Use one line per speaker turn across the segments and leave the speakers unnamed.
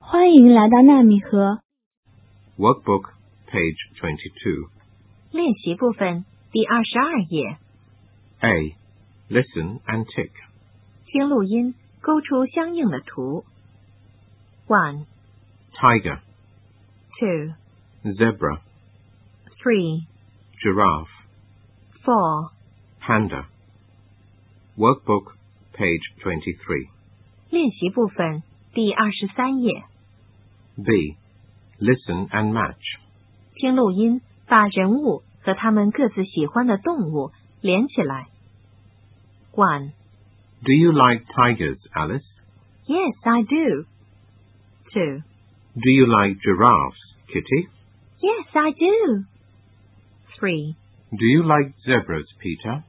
欢迎来到纳米盒
Workbook, page 22.
练习部分第二十二页，
A. Listen and tick.
听录音，勾出相应的图。One,
Tiger,
two,
zebra,
three,
giraffe,
four。
panda. Workbook, page 23.
练习部分第二十三页，
B. Listen and match.
听录音，把人物和他们各自喜欢的动物连起来。One,
Do you like tigers, Alice?
yes, I do. Two,
Do you like giraffes, Kitty?
yes, I do. Three,
Do you like zebras, Peter?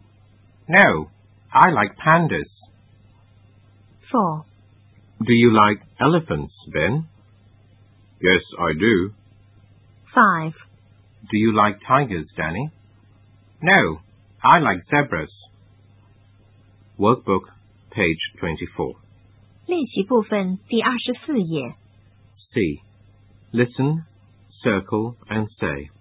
No, I like pandas.
four,
Do you like elephants, Ben? Yes, I do.
five,
Do you like tigers, Danny? No, I like zebras. Workbook, page 24.
练习部分第二十四页，
C. Listen, circle, and say.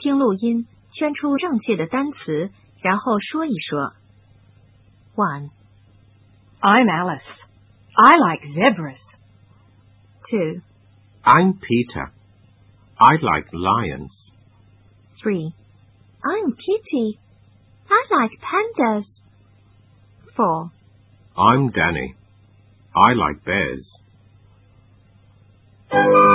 听录音，圈出正确的单词，然后说一说。One,
I'm Alice. I like zebras.
two,
I'm Peter. I like lions.
three. I'm Kitty. I like pandas. Four,
I'm Danny. I like bears.